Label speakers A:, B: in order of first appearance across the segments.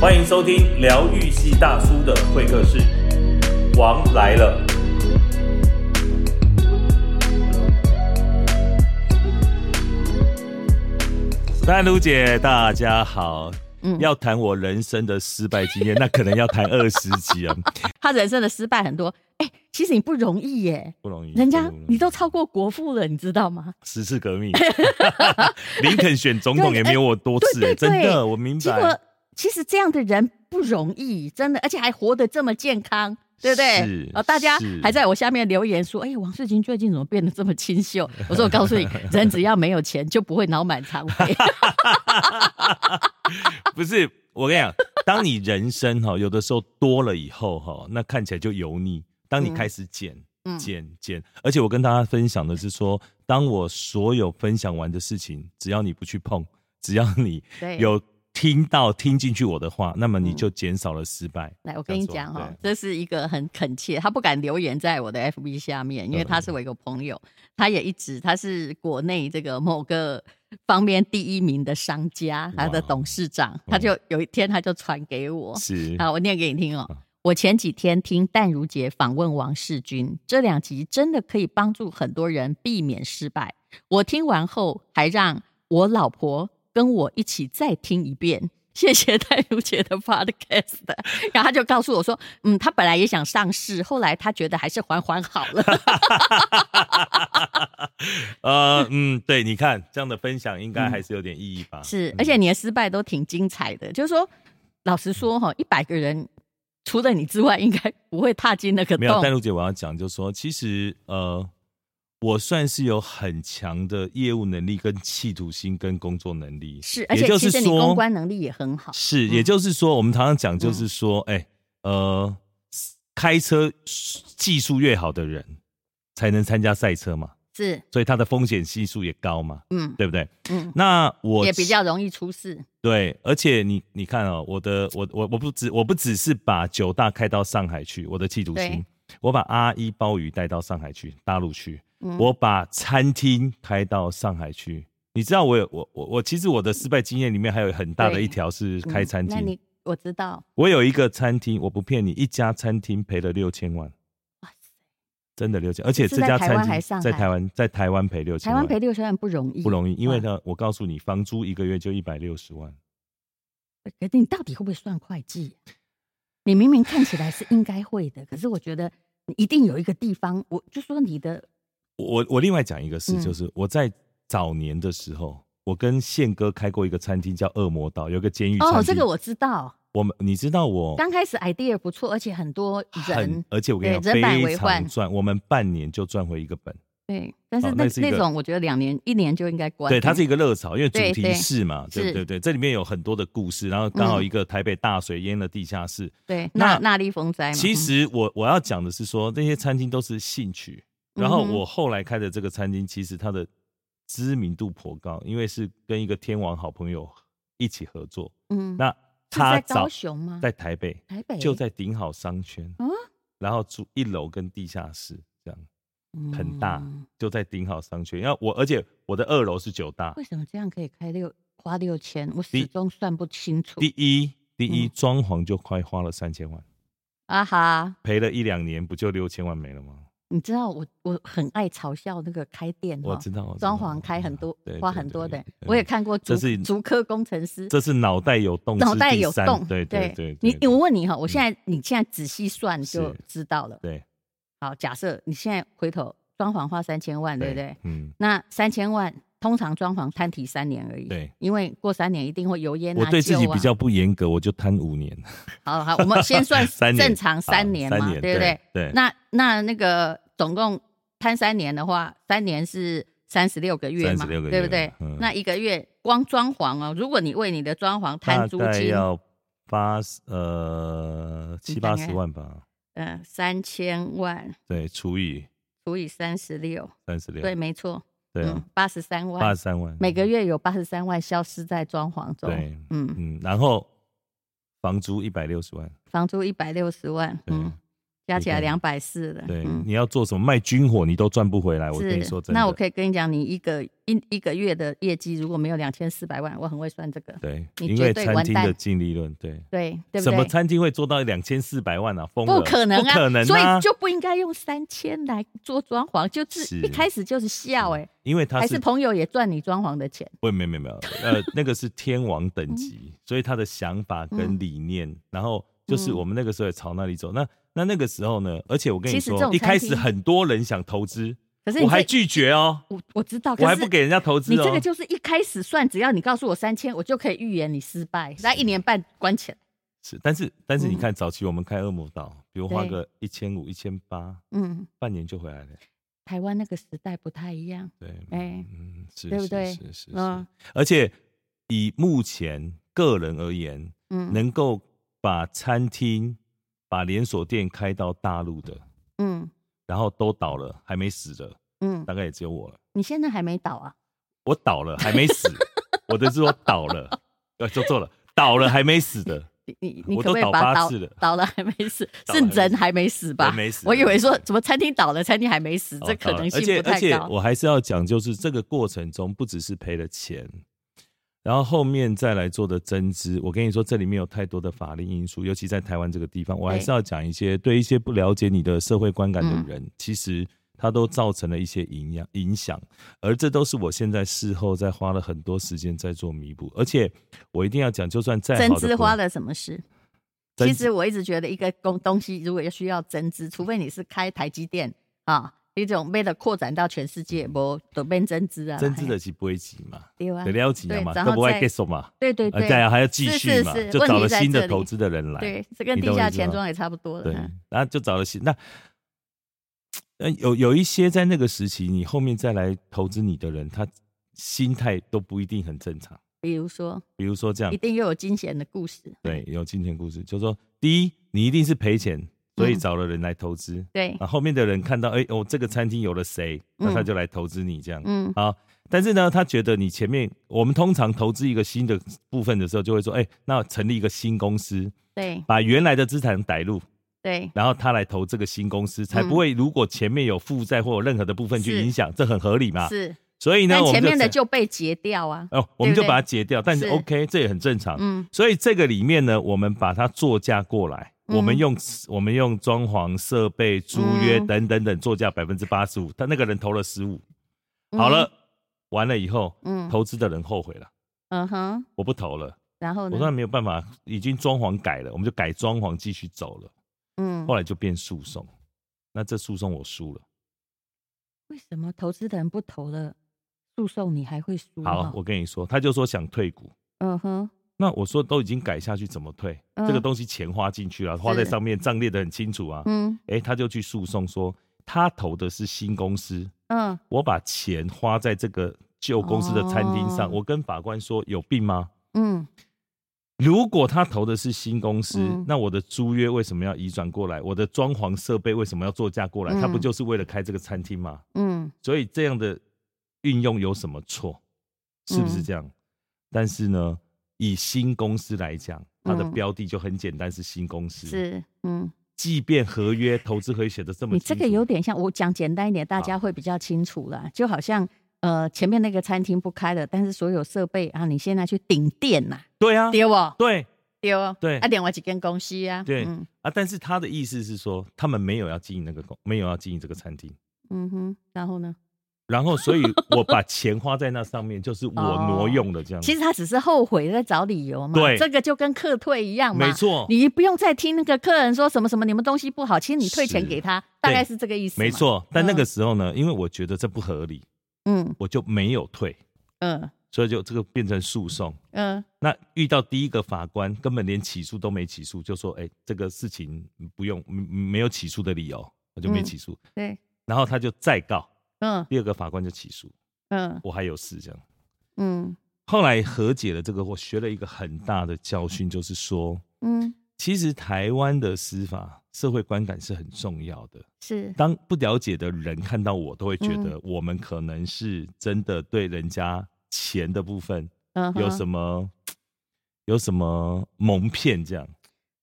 A: 欢迎收听疗愈系大叔的会客室，王来了。丹如姐，大家好。
B: 嗯
A: 要谈我人生的失败经验，那可能要谈二十集 啊，
B: 他人生的失败很多。哎、其实你不容易耶，
A: 不容易。
B: 人家
A: 不容易
B: 你都超过国父了，你知道吗？
A: 十次革 命，林肯选总统
B: 对
A: 也没有我多次、
B: 对对
A: 真
B: 对
A: 的，我明
B: 结果
A: 白。
B: 其实这样的人不容易，真的，而且还活得这么健康，对不对
A: 是？
B: 哦，大家
A: 是
B: 还在我下面留言说：“哎、王世军最近怎么变得这么清秀？”我说：“我告诉 你，人只要没有钱，就不会脑满肠肥。
A: 不是，我跟你讲，当你人生哈、有的时候多了以后哈、那看起来就油腻。当你
B: 嗯
A: 开始减、
B: 嗯
A: 减减，而且我跟大家分享的是说，当我所有分享完的事情，只要你不去碰，只要你
B: 对
A: 有听到听进去我的话，那么你
B: 嗯
A: 就减少了失败。”
B: 来，我跟你讲哈、
A: 对
B: 这是一个很恳切，他不敢留言在我的 FB 下面，因为
A: 嗯
B: 他是我一个朋友，他也一直他是国内这个某个方面第一名的商家，他的
A: 哇
B: 董事长，他就有一天他就传给我，
A: 是
B: 啊，我念给你听哦。我前几天听淡如姐访问王世军这两集，真的可以帮助很多人避免失败。我听完后还让我老婆跟我一起再听一遍。谢谢淡如姐的 podcast，然后她就告诉我说，嗯，她本来也想上市，后来她觉得还是缓缓好 了。
A: 呃嗯，对，你看这样的分享应该还是有点意义吧？
B: 嗯是
A: 嗯，
B: 而且你的失败都挺精彩的。就是说，老实说哈，一百个人除了你之外，应该不会踏进那 个
A: 没有，
B: 洞
A: 丹。露姐，我要讲就是说，其实呃，我算是有很强的业务能力、跟企图心、跟工作能力。
B: 是，而
A: 也
B: 且
A: 就
B: 其
A: 是
B: 实你公
A: 说，
B: 关能力也很好。
A: 是，
B: 嗯
A: 也就是说，我们常常讲就是说，哎、呃，开车技术越好的人，才能参加赛车嘛，
B: 是，
A: 所以他的风险系数也高嘛，
B: 嗯
A: 对不对？
B: 嗯，
A: 那我
B: 也比较容易出事。
A: 对，而且你你看哦，我的我我我不只我不只是把九大开到上海去，我的企图心
B: 对，
A: 我把阿一鲍鱼带到上海去，大陆去，
B: 嗯
A: 我把餐厅开到上海去。你知道我有我我我其实我的失败经验里面还有很大的
B: 对
A: 一条是开餐
B: 嗯那
A: 厅，
B: 你我知道，
A: 我有一个餐厅，我不骗你，一家餐厅赔了六千万，
B: 哇塞，
A: 真的六千，而且
B: 是
A: 这
B: 在
A: 家
B: 台
A: 餐
B: 湾
A: 厅
B: 还上
A: 在
B: 海
A: 台湾在台湾赔六千
B: 台
A: 万，
B: 湾赔六千万不容易，
A: 不容易，因为
B: 哇，
A: 呢，我告诉你，房租一个月就一百六十万。
B: 可是你到底会不会算会计？你明明看起来是应该会的，可是我觉得你一定有一个地方，我就说你的
A: 我我另外讲一个事，
B: 嗯
A: 就是我在早年的时候，我跟宪哥开过一个餐厅叫恶魔岛，有一个监狱餐厅。
B: 哦，这个我知道。
A: 我们你知道我
B: 刚开始 idea 不错，而且很多
A: 很
B: 人，
A: 而且我跟你
B: 对人
A: 讲
B: 满
A: 非
B: 为患
A: 常赚，我们半年就赚回一个本。
B: 对，但是
A: 哦
B: 那
A: 那是一个
B: 那种我觉得两年一年就应该关了。
A: 对，它是一个热潮，因为主
B: 对
A: 题
B: 对
A: 是嘛，对
B: 是
A: 对对，这里面有很多的故事，然后刚好
B: 嗯
A: 一个台北大水淹了地下室。
B: 对
A: 那
B: 那那利风灾嘛。
A: 其
B: 嗯
A: 实我我要讲的是说，那些餐厅都是兴趣。然后
B: 嗯哼
A: 我后来开的这个餐厅，其实它的知名度颇高，因为是跟一个天王好朋友一起合作。
B: 嗯，
A: 那
B: 是
A: 他
B: 在
A: 早
B: 高雄吗？
A: 在台北，
B: 台北
A: 就在顶好商圈，
B: 嗯
A: 然后住一楼跟地下室这样，很大
B: 嗯
A: 就在顶好商圈。然后我而且我的二楼是九大，
B: 为什么这样可以开六花六千？我
A: 第
B: 始终算不清楚。
A: 第一第一
B: 嗯
A: 装潢就快花了三千万，
B: 啊哈，
A: 赔了一两年不就六千万没了吗？
B: 你知道我我很爱嘲笑那个开店
A: 我
B: 哈，
A: 知道我知
B: 嗯装
A: 道
B: 潢开很多
A: 对
B: 花
A: 对
B: 很
A: 对
B: 多的
A: 对，
B: 我也看过
A: 这
B: 竹
A: 是
B: 竹科工程师，
A: 这是脑袋有洞之第
B: 脑
A: 三，
B: 袋有洞，
A: 对对对，
B: 你
A: 对嗯
B: 你我问你哈，我现在你现在仔细算就是知道了。
A: 对
B: 好，假设你现在回头装潢花三千万，对不对？
A: 嗯。
B: 那三千万通常装潢摊提三年而已，
A: 对，
B: 因为过三年一定会油烟
A: 我
B: 啊
A: 对自己
B: 旧啊
A: 比较不严格，我就贪五年，
B: 好好，我们先 算
A: 三年
B: 正常三年
A: 好
B: 嘛，
A: 三年
B: 对不对？
A: 对对
B: 那那那个总共摊三年的话，三年是三十六个月嘛，
A: 36个月
B: 对不对？
A: 嗯
B: 那一个月光装潢哦，如果你为你的装潢
A: 大
B: 摊租
A: 概
B: 金，
A: 要八十呃七
B: 你
A: 八
B: 大概
A: 十万吧，
B: 嗯，三千万
A: 对，除以
B: 除以三十六，
A: 三十六，
B: 对，没错，
A: 对啊，，
B: 八十三
A: 八
B: 嗯万
A: 十，三万，
B: 每个月有八十三万消失在装潢中，
A: 对
B: 嗯，
A: 嗯，然后房租一百六十万，
B: 房租一百六十万，
A: 对
B: 嗯，加起来两百四了。
A: 对，
B: 嗯
A: 你要做什么卖军火，你都赚不回来。我跟你
B: 是
A: 说，真的，
B: 那我可以跟你讲，你一个一一个月的业绩如果没有两千四百万，我很会算这个，
A: 对，
B: 你
A: 因
B: 绝
A: 为
B: 对
A: 餐
B: 完
A: 厅
B: 蛋
A: 的净利润，对，
B: 对对不
A: 什么
B: 对？
A: 餐厅会做到两千四百万啊？疯了，
B: 不可能啊，
A: 不可能、啊，
B: 所以就不应该用三千来做装潢，就是
A: 是
B: 一开始就是笑哎、
A: 因为他
B: 还
A: 是
B: 是朋友也赚你装潢的钱，
A: 不，没有没有没有，呃， 那个是天王等级，
B: 嗯
A: 所以他的想法跟理念，然后就是我们那个时候也朝那里走。那那那个时候呢，而且我跟你
B: 其实这
A: 说，
B: 种
A: 一开
B: 餐
A: 始
B: 厅
A: 很多人想投资，
B: 可是你
A: 我还
B: 这
A: 拒绝哦，
B: 我我知道，
A: 我还
B: 可
A: 不
B: 是
A: 给人家投资
B: 你
A: 哦。
B: 这个就是一开始算，只要你告诉我三千，我就可以预言你失败，那一年半关起来。
A: 是，但是但是你
B: 嗯
A: 看，早期我们开恶魔岛，比如花
B: 对
A: 个一千五、一千八，
B: 嗯，
A: 半年就回来了。
B: 台湾那个时代不太一样，
A: 对，
B: 哎
A: 嗯，是，
B: 对不
A: 是
B: 对
A: 是是是
B: 嗯
A: 而且以目前个人而言，
B: 嗯
A: 能够把餐厅、把连锁店开到大陆的，
B: 嗯
A: 然后都倒了，还没死的，
B: 嗯，
A: 大概也只有我了。
B: 你现在还没倒啊？
A: 我倒了还没 死，我的是说倒了，呃，做错了，倒了还没死的，
B: 你你你
A: 我
B: 可
A: 都
B: 不可以
A: 倒
B: 把
A: 八
B: 倒
A: 次了
B: 倒了还没死，
A: 倒
B: 是
A: 了还没
B: 人
A: 死
B: 还没死 吧？
A: 人没死
B: 我以
A: 人
B: 为
A: 没
B: 说
A: 死
B: 什么餐厅倒了，餐厅还没死，
A: 哦
B: 这可
A: 倒了
B: 能性
A: 而且
B: 不太
A: 而且
B: 高。
A: 我还是要讲，就是这个过程中不只是赔了钱。然后后面再来做的增资，我跟你说，这里面有太多的法律因素，尤其在台湾这个地方，我还
B: 对
A: 是要讲一些对一些不了解你的社会观感的
B: 嗯
A: 人，其实它都造成了一些影响影响，而这都是我现在事后在花了很多时间在做弥补，而且我一定要讲，就算再
B: 增
A: 好的
B: 资
A: 国
B: 花了什么事？
A: 增
B: 其
A: 资
B: 实我一直觉得，一个公东西如果要需要增资，除非你是开台积电啊，一种为了扩展到全世界，不都变增资啊？
A: 增资
B: 嘿
A: 的是不会急嘛，
B: 对啊
A: 得，了解
B: 对
A: 嘛，
B: 然
A: 都
B: 后
A: 不会
B: 再
A: get 手嘛，
B: 对对
A: 啊，
B: 对，
A: 再来还要继续嘛，
B: 是是是
A: 就找了
B: 问题在
A: 新的
B: 这里
A: 投资的人来，
B: 对，这跟
A: 你
B: 地
A: 懂我
B: 下
A: 意思吗
B: 钱庄也差不多了。
A: 对
B: 嗯，
A: 然后就找了新那。呃，有有一些在那个时期，你后面再来投资你的人，他心态都不一定很正常。
B: 比如说，
A: 比如说这样
B: 一，定又有惊险的故事。
A: 嗯对，有金钱故事，就说第一，你一定是赔钱，所
B: 嗯
A: 以找了人来投资。
B: 对，
A: 啊，后面的人看到，哎、哦，这个餐厅有了谁，那他
B: 嗯
A: 就来投资你这样。
B: 嗯
A: 啊，但是呢，他觉得你前面我们通常投资一个新的部分的时候，就会说，哎、那成立一个新公司，
B: 对
A: 把原来的资产逮入，
B: 对，
A: 然后他来投这个新公司，才不会如果前面有负债或有任何的部分去
B: 嗯是
A: 影响，这很合理嘛。
B: 是，
A: 所以呢，
B: 但
A: 啊我们
B: 前面的
A: 才
B: 就被截掉啊。
A: 哦，我们就
B: 对不对
A: 把它截掉，但是
B: 是
A: OK，这也很正常。
B: 嗯
A: 所以这个里面呢，我们把它作价过来，
B: 嗯
A: 我们用我们用装潢设备、租约
B: 嗯
A: 等等等作价百分之八十五，但那个人投了十五，
B: 嗯
A: 好了，完了以后，
B: 嗯
A: 投资的人后悔了，
B: 嗯哼，
A: 我不投了，
B: 然后
A: 我说
B: 呢？
A: 没有办法，已经装潢改了，我们就改装潢继续走了，
B: 嗯
A: 后，来就变诉讼，那这诉讼我输了，
B: 为什么投资人不投了诉讼，你还会输呢？
A: 好，我跟你说，他就说想退股。
B: 嗯哼，
A: 那我说都已经改下去，怎么退？
B: 嗯
A: 这个东西钱花进去了，花在
B: 是
A: 上面，账列得很清楚啊。
B: 嗯
A: 哎、他就去诉讼说，他投的是新公司，
B: 嗯，
A: 我把钱花在这个旧公司的餐厅上，
B: 哦
A: 我跟法官说有病吗？
B: 嗯，
A: 如果他投的是新公司，
B: 嗯
A: 那我的租约为什么要移转过来？我的装潢设备为什么要作价过来？
B: 嗯
A: 他不就是为了开这个餐厅吗？
B: 嗯，
A: 所以这样的运用有什么错？是不是
B: 嗯
A: 这样？但是呢，以新公司来讲，它的
B: 嗯
A: 标的就很简单，是新公司。，
B: 是，嗯，
A: 即便合约、投资合约写的这么
B: 你
A: 清楚，
B: 这个有点像，我讲简单一点，大家
A: 好
B: 会比较清楚啦。就好像呃，前面那个餐厅不开了，但是所有设备啊，你现在去顶店呐，
A: 对啊，
B: 丢哦，
A: 对
B: 丢哦，
A: 对
B: 啊，另外几间公司啊，
A: 对、
B: 嗯
A: 啊。但是他的意思是说，他们没有要经营那个公，没有要经营这个餐厅。
B: 嗯哼，然后呢？
A: 然后，所以我 把钱花在那上面，就是我挪用的这样。
B: 哦其实他只是后悔在找理由嘛，
A: 嗯对
B: 这个就跟客退一样嘛，
A: 没错，
B: 你不用再听那个客人说什么什么你们东西不好，其实你退钱
A: 是
B: 给他，大概是这嗯个意思。
A: 没，错。但那个时候呢，因为我觉得这不合理，
B: 嗯
A: 我就没有退，
B: 嗯
A: 所以就这个变成诉讼。
B: 嗯
A: 那遇到第一个法官，根本连起诉都没起诉，就说：“哎、这个事情不用，嗯没有起诉的理由，我就没
B: 嗯
A: 起诉。
B: 对，
A: 然后他就再告，
B: 嗯
A: 第二个法官就起诉，
B: 嗯
A: 我还有事这样。
B: 嗯
A: 后来和解了这个，我学了一个很大的教训，就是说，
B: 嗯，
A: 其实台湾的司法社会观感是很重要的。
B: 是，
A: 当不了解的人看到我，都会觉
B: 嗯
A: 得我们可能是真的对人家钱的部分
B: 嗯哼，
A: 有什么、有什么蒙骗这样。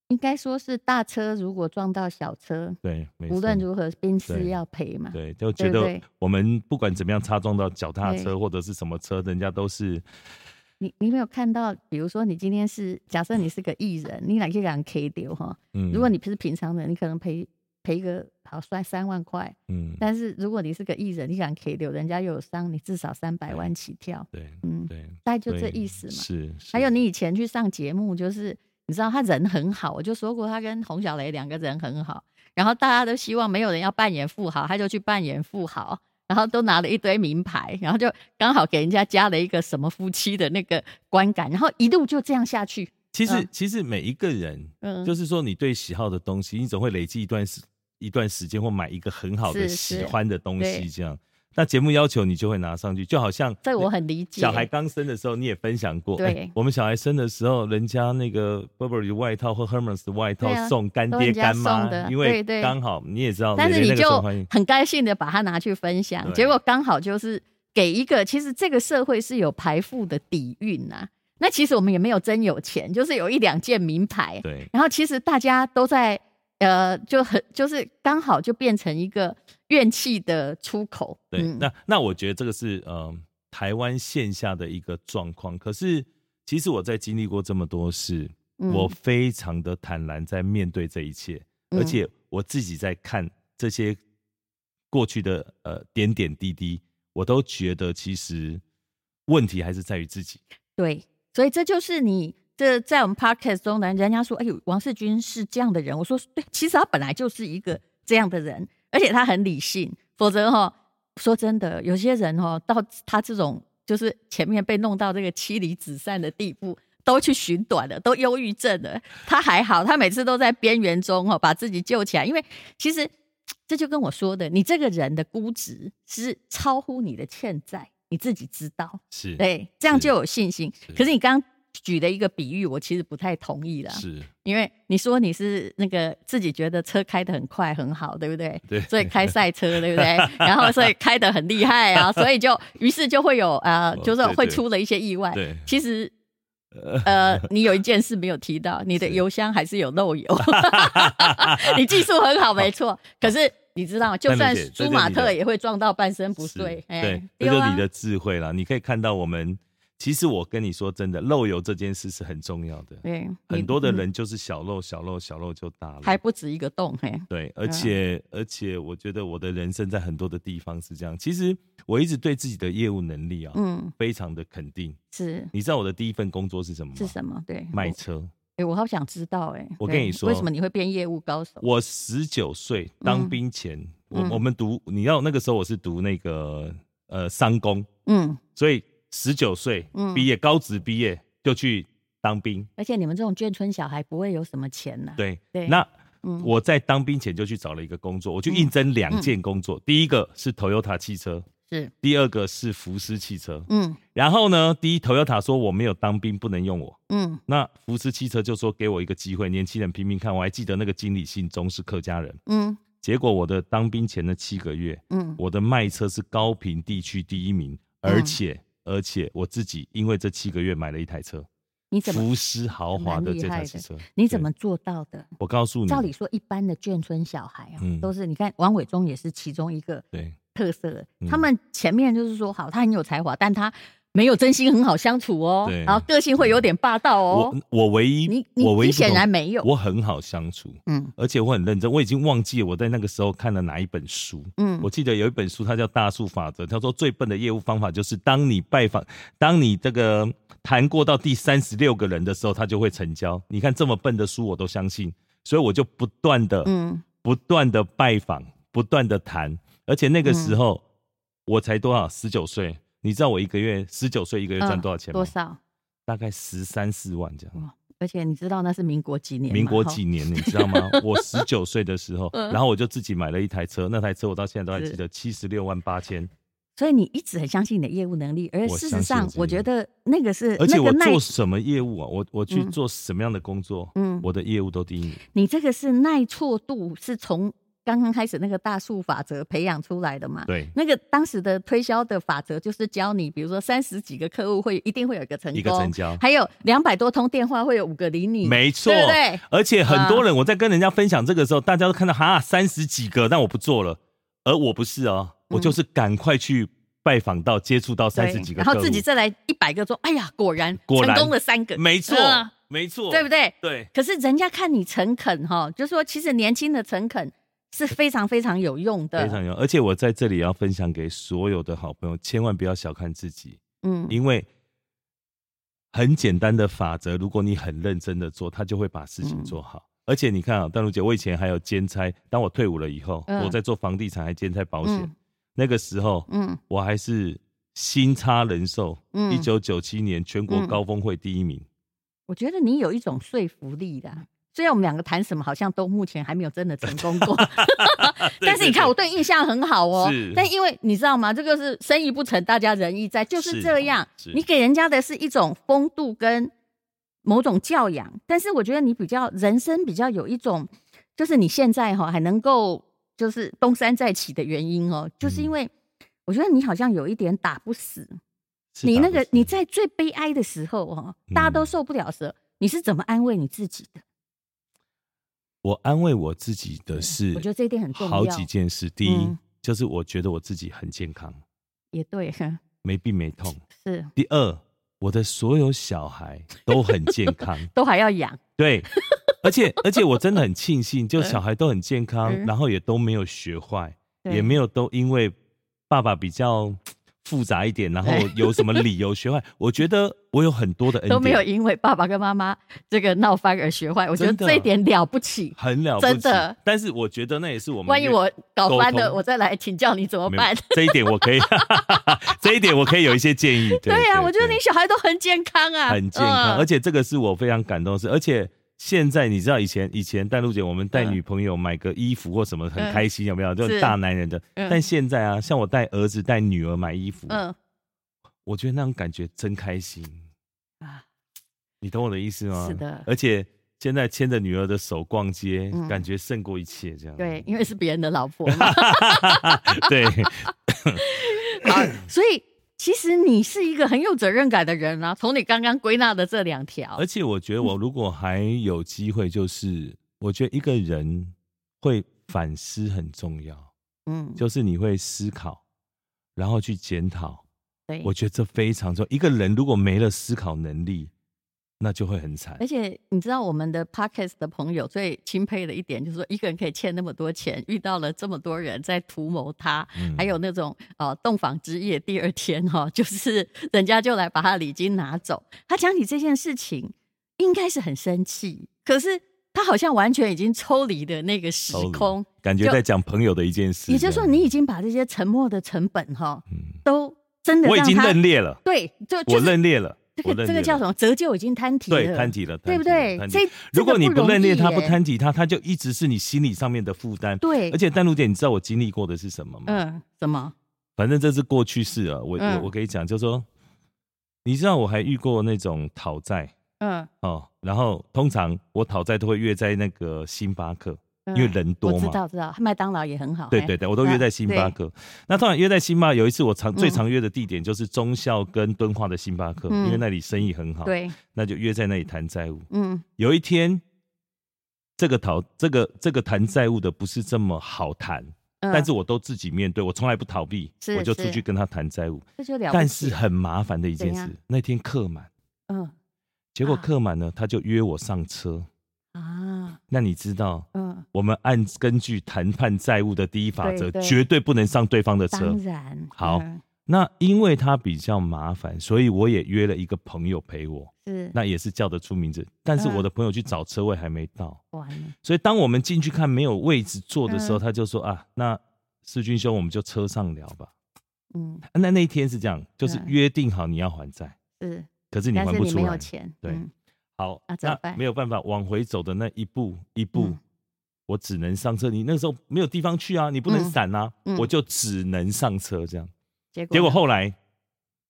B: 应该说是大车如果撞到小车，
A: 对，没
B: 无论
A: 错
B: 如何宾士
A: 对
B: 要赔嘛。
A: 对，就
B: 对
A: 觉
B: 不
A: 得
B: 对
A: 我们不管怎么样擦撞到脚踏
B: 对
A: 车或者是什么车，人家都是
B: 你你没有看到，比如说你今天是假设你是个艺人，你哪去给人 K 掉哈？
A: 嗯，
B: 如果你不是平常人，你可能赔赔个好算三万块，
A: 嗯，
B: 但是如果你是个艺人，你想 K 流，人家又有伤，你至少三百万起跳。
A: 对
B: 嗯，
A: 对，
B: 大概就这
A: 所以
B: 意思嘛。
A: 是，
B: 还有
A: 是
B: 你以前去上节目，就是你知道他人很好，我就说过他跟洪小雷两个人很好，然后大家都希望没有人要扮演富豪，他就去扮演富豪。然后都拿了一堆名牌，然后就刚好给人家加了一个什么夫妻的那个观感，然后一路就这样下去。
A: 其实
B: 嗯
A: 其实每一个人，
B: 嗯，
A: 就是说你对喜好的东西，你总会累积一段时一段时间，或买一个很好的
B: 是
A: 喜
B: 是
A: 欢的东
B: 对
A: 西这样。那节目要求你就会拿上去，就好像
B: 这我
A: 那
B: 很理解。
A: 小孩刚生的时候，你也分享过。
B: 对
A: 哎我们小孩生的时候，人家那个 Burberry 的外套或 Hermes 的外套
B: 对啊
A: 送干
B: 都
A: 爹
B: 人家
A: 干妈
B: 送，的
A: 因
B: 对
A: 为
B: 对
A: 刚好你也知道，
B: 但
A: 蕾
B: 是
A: 蕾
B: 你
A: 那个受
B: 就
A: 欢迎
B: 很高兴的把它拿去分享，
A: 对
B: 结果刚好就是给一个，其实这个社会是有财富的底蕴呐、那其实我们也没有真有钱，就是有一两件名牌，
A: 对
B: 然后其实大家都在呃，就很就是刚好就变成一个怨气的出口。
A: 对。
B: 嗯
A: 那那我觉得这个是呃台湾线下的一个状况。可是其实我在经历过这么多事，
B: 嗯
A: 我非常的坦然在面对这一切，
B: 嗯
A: 而且我自己在看这些过去的呃点点滴滴，我都觉得其实问题还是在于自己。
B: 对，所以这就是你这在我们 podcast 中呢，人家说，哎呦，王世军是这样的人。我说，对，其实他本来就是一个这样的人，而且他很理性。否则哈、说真的，有些人哦，到他这种就是前面被弄到这个妻离子散的地步。都去寻短了，都忧郁症了。他还好，他每次都在边缘中哦，把自己救起来。因为其实这就跟我说的，你这个人的估值是超乎你的欠债，你自己知道。
A: 是，
B: 对，这样
A: 是
B: 就有信心。
A: 是
B: 可是你刚刚举的一个比喻，我其实不太同意啦，
A: 是，
B: 因为你说你是那个自己觉得车开得很快很好，对不对？
A: 对
B: 所以开赛车，对不对？然后所以开得很厉害啊，所以就于是就会有呃，
A: 哦
B: 就是
A: 对
B: 会
A: 对
B: 出了一些意外。
A: 对，
B: 其实。呃，你有一件事没有提到，你的
A: 是
B: 油箱还是有 漏油。你技术很好，没错。可是你知道吗？就
A: 但了
B: 算
A: 解这就
B: 舒马
A: 你
B: 特
A: 的
B: 也会撞到半 身不
A: 是
B: 遂。哎
A: 对，这
B: 丢
A: 就是
B: 啊
A: 你的智慧啦。你可以看到我们，其实我跟你说真的，漏油这件事是很重要的。
B: 对你
A: 很多的
B: 嗯
A: 人就是小漏、小漏、小漏就大了，
B: 还嗯不止一个洞，嘿，
A: 对，而且、而且，我觉得我的人生在很多的地方是这样。其实我一直对自己的业务能力啊，
B: 嗯，
A: 非常的肯定。
B: 是
A: 你知道我的第一份工作是什么吗？
B: 是什么？对，
A: 卖
B: 我
A: 车。
B: 哎，我好想知道，哎，
A: 我
B: 对
A: 跟你说
B: 为什么你会变业务高手？
A: 我十九岁当兵前，
B: 嗯
A: 我我们读，你要那个时候我是读那个呃商工，
B: 嗯，
A: 所以十九岁
B: 嗯
A: 毕业，高职毕业就去当兵。
B: 而且你们这种眷村小孩不会有什么钱呐，
A: 对，
B: 对
A: 那
B: 嗯
A: 我在当兵前就去找了一个工作，我去应征两件工
B: 嗯
A: 作，第一个是 Toyota 汽车，
B: 是，
A: 第二个是福斯汽车。
B: 嗯
A: 然后呢，第一 Toyota 说我没有当兵，不能用我。
B: 嗯
A: 那福斯汽车就说给我一个机会，年轻人拼拼看。我还记得那个经理姓钟，是客家人。
B: 嗯
A: 结果我的当兵前的七个月，
B: 嗯，
A: 我的卖车是高平地区第一名，而且、而且我自己因为这七个月买了一台车，
B: 你怎么
A: 福斯豪华的这台汽车。
B: 你怎么
A: 对？
B: 做到的？
A: 我告诉你，
B: 照理说，一般的眷村小孩啊，
A: 嗯
B: 都是你看王伟忠也是其中一个
A: 对
B: 特色。
A: 嗯
B: 他们前面就是说好，他很有才华，但他没有真心很好相处哦，
A: 对
B: 然后个性会有点霸道哦。
A: 我我唯一
B: 你你
A: 我唯一
B: 你
A: 不同
B: 显然没有
A: 我很好相处，
B: 嗯
A: 而且我很认真。我已经忘记我在那个时候看了哪一本书，
B: 嗯
A: 我记得有一本书，它叫《大数法则》，他说最笨的业务方法就是当你拜访，当你这个谈过到第三十六个人的时候，他就会成交。你看这么笨的书，我都相信，所以我就不断的、
B: 嗯，
A: 不断的拜访，不断的谈，而且那个
B: 嗯
A: 时候、我才多少，十九岁。你知道我一个月十九岁一个月赚
B: 嗯
A: 多少钱吗？
B: 多少？
A: 大概十三四万这样。
B: 哇而且你知道那是民国几年吗？
A: 民国
B: 哈嗯
A: 几年，你知道吗？我 十九岁的时候，然后我就自己买了一台车，那台车我到现在都还记得，七十六万八千。
B: 所以你一直很相信你的业务能力，而
A: 我
B: 事
A: 相信
B: 实上
A: 我自，己
B: 我觉得那个是
A: 而且
B: 呃那
A: 我
B: 个耐
A: 做，什么业务啊？我我去
B: 嗯
A: 做什么样的工作？
B: 嗯
A: 我的业务都第一名。
B: 你这个是耐挫度，是从刚刚开始那个大数法则培养出来的嘛。
A: 对，
B: 那个当时的推销的法则就是教你，比如说三十几个客户会一定会有一个成功，
A: 一个成交，
B: 还有两百多通电话会有五个理你，
A: 没错，
B: 对不啊对？
A: 而且很多人我在跟人家分享这个时候，大家都看到哈三十几个，但我不做了，而我不是哦，我就是赶快去拜访到接触到三十
B: 嗯对
A: 几个
B: 然
A: 客户，
B: 后自己再来一百个说，哎呀，果然
A: 果然
B: 成功了三个，
A: 没错
B: 嗯，
A: 没错，
B: 对不
A: 对？
B: 对？
A: 对，
B: 可是人家看你诚恳哈，就说其实年轻的诚恳是非常非常有用的，
A: 非常有。而且我在这里要分享给所有的好朋友，千万不要小看自己，
B: 嗯
A: 因为很简单的法则，如果你很认真的做，他就会把事情
B: 嗯
A: 做好。而且你看啊，丹如姐，我以前还有兼差，当我退伍了以后，
B: 嗯
A: 我在做房地产还兼差保险，
B: 嗯
A: 那个时候，
B: 嗯
A: 我还是新差人寿，
B: 嗯
A: 一九九七年全国
B: 嗯
A: 高峰会第一名。
B: 我觉得你有一种说服力的。虽然我们两个谈什么，好像都目前还没有真的成功 过， 但是你看我对印象很好哦
A: 是。
B: 但因为你知道吗？这个是生意不成，大家仁义在，就是是这样。
A: 是
B: 你给人家的是一种风度跟某种教养，但是我觉得你比较人生比较有一种，就是你现在哈还能够就是东山再起的原因
A: 嗯
B: 哦，就是因为我觉得你好像有一点打不死。
A: 是
B: 你
A: 打
B: 那
A: 不
B: 个
A: 死
B: 你在最悲哀的时候哦，大家都
A: 嗯
B: 受不了的时候，你是怎么安慰你自己的？
A: 我安慰我自己的是，
B: 我觉得这一点很重要
A: 好几件事，第一、
B: 嗯
A: 就是我觉得我自己很健康，
B: 也对， 哼
A: 没病没痛；
B: 是
A: 第二，我的所有小孩都很健 康，
B: 都还要养，
A: 对。而且而且我真的很庆幸，就小孩都很健康，
B: 嗯
A: 然后也都没有学坏，
B: 对
A: 也没有都因为爸爸比较复杂一点，然后
B: 对
A: 有什么理由 学坏。我觉得我有很多的恩典，
B: 都没有因为爸爸跟妈妈这个闹翻而学坏，我觉得
A: 真的
B: 这一点了不起。
A: 很了不起。
B: 真的
A: 但是我觉得那也是我们
B: 万一我搞翻
A: 沟
B: 了，
A: 通
B: 我再来请教你怎么
A: 没有
B: 办？
A: 这一点我可以， 这一点我可以有一些建议。对
B: 对啊，我觉得
A: 对
B: 你小孩都很健康 啊，
A: 很健康，
B: 嗯
A: 而且这个是我非常感动的事。而且现在你知道以前以前戴露姐，我们带女朋友买个衣服或什么很开心，有没有？就是是大男人的。
B: 嗯
A: 但现在啊，像我带儿子带女儿买衣服，
B: 嗯
A: 我觉得那种感觉真开心。
B: 啊，
A: 你懂我的意思吗？
B: 是的
A: 而且现在牵着女儿的手逛街，
B: 嗯
A: 感觉胜过一切，这样。
B: 对，因为是别人的老婆嘛，
A: 对，
B: 好，所以其实你是一个很有责任感的人啊。从你刚刚归纳的这两条
A: 而，且我觉得我如果还有机会，就是我觉得一个人会反思很重要。
B: 嗯，
A: 就是你会思考，然后去检讨。
B: 对，
A: 我觉得这非常重要。一个人如果没了思考能力，那就会很惨
B: 而。且你知道我们的 podcast 的朋友最钦佩的一点，就是说一个人可以欠那么多钱，遇到了这么多人在图谋他，
A: 嗯
B: 还有那种呃洞房之夜第二天哈、 就是人家就来把他的礼金拿走。他讲起这件事情，应该是很生气，可是他好像完全已经抽离的那个时
A: 抽离
B: 空，
A: 感觉
B: 就
A: 在讲朋友的一件事，
B: 也就是
A: 这
B: 说
A: 样
B: 你已经把这些沉默的成本哈、
A: 嗯
B: 都真的
A: 我已
B: 让
A: 经
B: 他
A: 认裂了，
B: 对，就就
A: 我
B: 是
A: 认裂了，
B: 这
A: 我
B: 个
A: 认
B: 这个
A: 裂
B: 叫
A: 了
B: 什么？折旧已经摊提了，
A: 对，摊体了，
B: 对不
A: 摊
B: 对
A: 体了？摊体
B: 这
A: 了如果你
B: 不
A: 不认
B: 列
A: 列他，不摊提他，他就一直是你心理上面的负担。
B: 对，
A: 而且丹如姐，你知道我经历过的是什么吗？
B: 嗯，怎么？
A: 反正这是过去式了。我
B: 嗯
A: 我我跟你讲，就说，你知道我还遇过那种讨债，
B: 嗯，
A: 哦，然后通常我讨债都会约在那个星巴克，
B: 嗯
A: 因为人多
B: 我知
A: 嘛。
B: 道知哎道，麦当劳也很好。
A: 对
B: 嘿
A: 对，对，我都约在星巴克。那通常约在星巴克，有一次我常最常约的地点就是忠孝跟敦化的星巴克，
B: 嗯
A: 因为那里生意很好。，
B: 对，
A: 那就约在那里谈债务。
B: 嗯
A: 有一天，这个讨这个这个谈债务的不是这么好谈，
B: 嗯，
A: 但是我都自己面对，我从来不逃避，
B: 是
A: 我就出
B: 是
A: 去跟他谈债务。
B: 这就了不起，
A: 但是很麻烦的一件
B: 怎样
A: 事，那天客满，
B: 嗯
A: 结果
B: 啊
A: 客满呢，他就约我上车。
B: 啊
A: 那你知道？
B: 嗯，
A: 我们按根据谈判债务的第一法则，
B: 对对
A: 绝对不能上对方的车
B: 当。然
A: 好
B: 嗯
A: 那因为他比较麻烦，所以我也约了一个朋友陪我，
B: 是
A: 那也是叫得出名字。但是
B: 嗯
A: 我的朋友去找车位还没到，
B: 完了，
A: 所以当我们进去看没有位置坐的时候，
B: 嗯
A: 他就说啊，那世军兄，我们就车上聊吧。
B: 嗯
A: 啊那那一天是这样，就是
B: 嗯
A: 约定好你要还债，
B: 是，
A: 可是你
B: 但
A: 还
B: 是
A: 不
B: 你
A: 出
B: 没
A: 来。
B: 有钱，
A: 对
B: 嗯
A: 好，
B: 啊怎么
A: 那
B: 办
A: 没有办法往回走的那一步一步，
B: 嗯
A: 我只能上车。你那时候没有地方去啊，你不能
B: 嗯
A: 闪啊，
B: 嗯
A: 我就只能上车这样。
B: 结果
A: 结果
B: 呢
A: 后来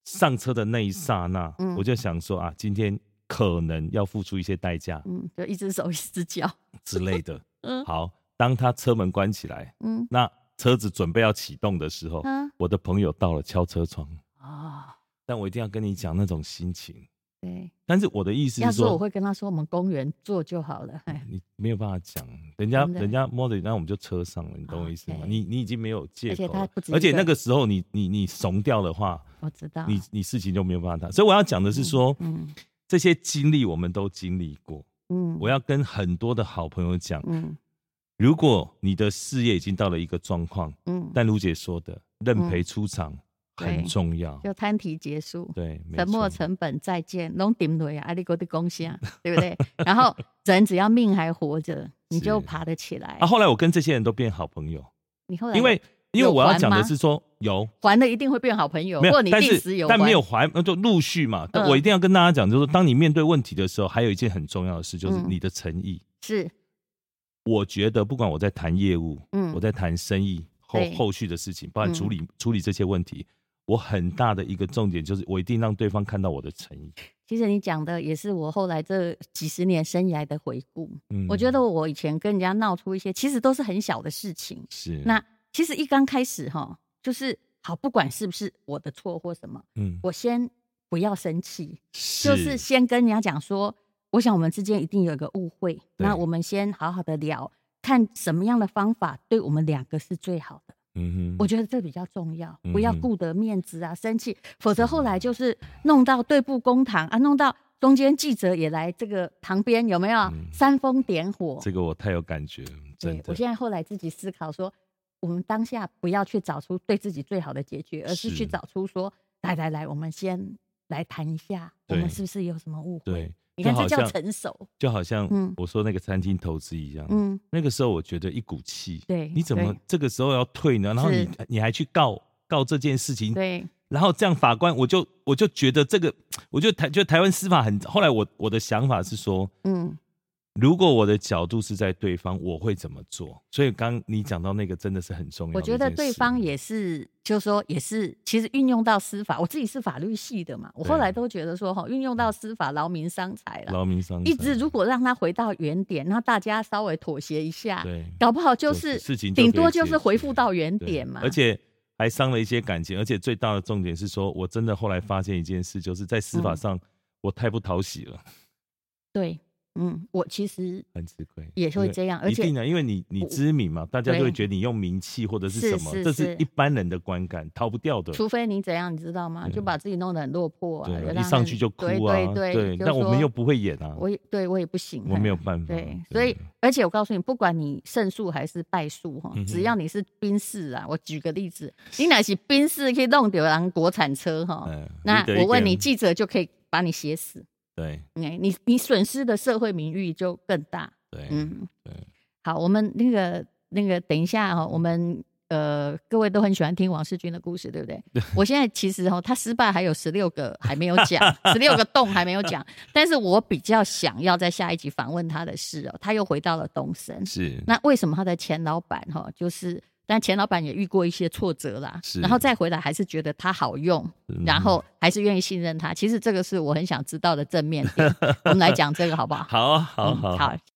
A: 上车的那一刹那，
B: 嗯
A: 我就想说啊，今天可能要付出一些代价
B: 嗯，就一只手一只脚，
A: 之类的。
B: 嗯
A: 好，当他车门关起来，
B: 嗯
A: 那车子准备要启动的时候，
B: 啊
A: 我的朋友到了敲车窗，
B: 哦，
A: 但我一定要跟你讲那种心情。
B: 对，
A: 但是我的意思
B: 要
A: 是
B: 是我
A: 说，
B: 会跟他说我们公园坐就好了，哎，
A: 你没有办法讲，人家
B: 真的
A: 人家摸着你，那我们就车上了，你懂我意思吗？
B: OK
A: 你你已经没有借
B: 而且
A: 口
B: 他
A: 了
B: 不止，一
A: 而且
B: 个
A: 那个时候你你你怂掉的话，
B: 我知道，
A: 你你事情就没有办法谈。所以我要讲的是说，
B: 啊嗯
A: 这些经历我们都经历过。
B: 嗯，
A: 我要跟很多的好朋友讲，
B: 嗯
A: 如果你的事业已经到了一个状况，
B: 嗯，
A: 但卢姐说的认赔出场很
B: 对
A: 重要。
B: 就摊题结束，
A: 对，没
B: 沉没
A: 错
B: 成本再见，拢顶雷啊，阿里哥的贡献，对不对？ 然后人只要命还活着，你
A: 是
B: 就爬得起来
A: 啊。。后来我跟这些人都变好朋友，
B: 你后来
A: 因为因为我要
B: 还
A: 讲的
B: 吗
A: 是说有
B: 还了一定会变好朋友，
A: 没
B: 或
A: 有
B: 者，你
A: 但
B: 定时
A: 是
B: 有
A: 但没
B: 还
A: 有还那就陆续嘛。但
B: 嗯
A: 我一定要跟大家讲，就是说当你面对问题的时候，还有一件很重要的事，就是
B: 嗯
A: 你的诚意。
B: 是
A: 我觉得不管我在谈业务，
B: 嗯
A: 我在谈生意后
B: 对
A: 后续的事情，包含
B: 嗯
A: 处理、处理这些问题，我很大的一个重点就是我一定让对方看到我的诚意。
B: 其实你讲的也是我后来这几十年生涯的回顾。
A: 嗯
B: 我觉得我以前跟人家闹出一些，其实都是很小的事情。
A: 是
B: 那其实一刚开始哈，就是好，不管是不是我的错或什么，
A: 嗯，
B: 我先不要生气，
A: 就
B: 就是先跟人家讲说，我想我们之间一定有一个误会，那我们先好好的聊，看什么样的方法对我们两个是最好的。
A: 嗯哼，
B: 我觉得这比较重要，不要
A: 嗯哼
B: 顾得面子啊，生气，否则后来就是弄到对簿公堂啊，弄到中间记者也来这个旁边，有没有
A: 嗯
B: 煽风点火？
A: 这个我太有感觉了，真
B: 对我
A: 的。
B: 现在后来自己思考说，我们当下不要去找出对自己最好的解决，而是
A: 是
B: 去找出说，来来来，我们先来谈一下，我们
A: 对
B: 是不是有什么误会
A: 对？，
B: 你
A: 就
B: 看这
A: 好
B: 叫
A: 像
B: 成熟。
A: 就好像
B: 嗯
A: 我说那个餐厅投资一样，
B: 嗯，
A: 那个时候我觉得一股气，
B: 对
A: 你怎么
B: 对
A: 这个时候要退呢？然后你你还去告告这件事情，
B: 对，
A: 然后这样法官我就我就觉得这个，我就台觉得台湾司法很，后来我我的想法是说，
B: 嗯，
A: 如果我的角度是在对方，我会怎么做？所以刚你讲到那个真的是很重要的
B: 我
A: 一件
B: 觉
A: 事，
B: 得对方也是，就是说也是，其实运用到司法，我自己是法律系的嘛，我后
A: 对
B: 来都觉得说哈，运用到司法劳民伤财了。
A: 劳民伤
B: 一直
A: 财
B: 如果让他回到原点，让大家稍微妥协一下，
A: 对。
B: 搞不好就
A: 就是
B: 是
A: 事情就
B: 顶
A: 可以
B: 多就
A: 解
B: 是回
A: 决
B: 复到原
A: 对
B: 点嘛。
A: 而且还伤了一些感情，而且最大的重点是说，我真的后来发现一件事，就是在司法
B: 嗯
A: 上、我太不讨喜了，
B: 对，嗯，我其实
A: 很吃亏，
B: 也
A: 因
B: 会
A: 为
B: 这样而
A: 一
B: 且
A: 定的，因为你你知名嘛，大家就会觉得你用名气或者是
B: 是
A: 什么，
B: 是
A: 这是
B: 是
A: 一般人的观感，逃不掉的。
B: 除非你怎样，你知道吗？就
A: 对
B: 把自己弄得很落魄啊，就
A: 对，一
B: 让
A: 上
B: 人
A: 去就哭
B: 对
A: 啊，
B: 对就
A: 但我们
B: 说
A: 又不会演啊，
B: 我也对我也不行，啊
A: 我没有
B: 嘿。
A: 办法。
B: 对，所以而且我告诉你，不管你胜诉还是败诉哈，
A: 嗯哼
B: 只要你是宾士啊，我举个例子，你哪是宾士去弄丢人国产车哈，
A: 嗯，
B: 那
A: 你得一
B: 我问你，
A: 点，
B: 记者就可以把你写死，
A: 对
B: 哎你你损失的社会名誉就更大。
A: 对，
B: 嗯
A: 对，
B: 好，我们那个那个，等一下哈、哦，我们呃，各位都很喜欢听王世军的故事，对不 对？我现在其实哦，他失败还有十六个还没有讲，十六个洞还没有 讲，但是我比较想要在下一集访问他的是哦，他又回到了东森，
A: 是
B: 那为什么他的前老板哈、哦，就是？但前老板也遇过一些挫折啦，
A: 是
B: 然后再回来还是觉得他好用，
A: 嗯
B: 然后还是愿意信任他。其实这个是我很想知道的正面点。我们来讲这个好不好？
A: 好啊好啊
B: 嗯
A: 好啊。
B: 好，